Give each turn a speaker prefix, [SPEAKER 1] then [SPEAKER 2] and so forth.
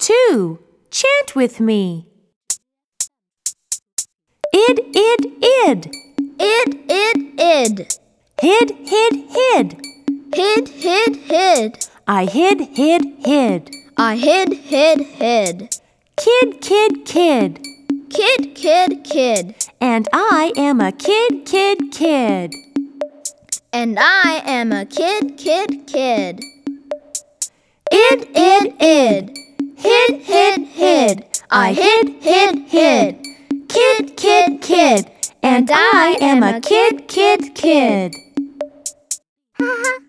[SPEAKER 1] Two, chant with me. Id, id, id.
[SPEAKER 2] Id, id, id.
[SPEAKER 1] Hid, hid, hid.
[SPEAKER 2] Hid, hid, hid.
[SPEAKER 1] I hid, hid, hid.
[SPEAKER 2] I hid, hid, hid.
[SPEAKER 1] Kid, kid, kid.
[SPEAKER 2] Kid, kid, kid.
[SPEAKER 1] And I am a kid, kid, kid.
[SPEAKER 2] And I am a kid, kid, kid.
[SPEAKER 1] Id,
[SPEAKER 2] Id, id. Hid, hid, hid. I hid, hid, hid.
[SPEAKER 1] Kid, kid, kid. And I am a kid, kid, kid.
[SPEAKER 2] Ha ha.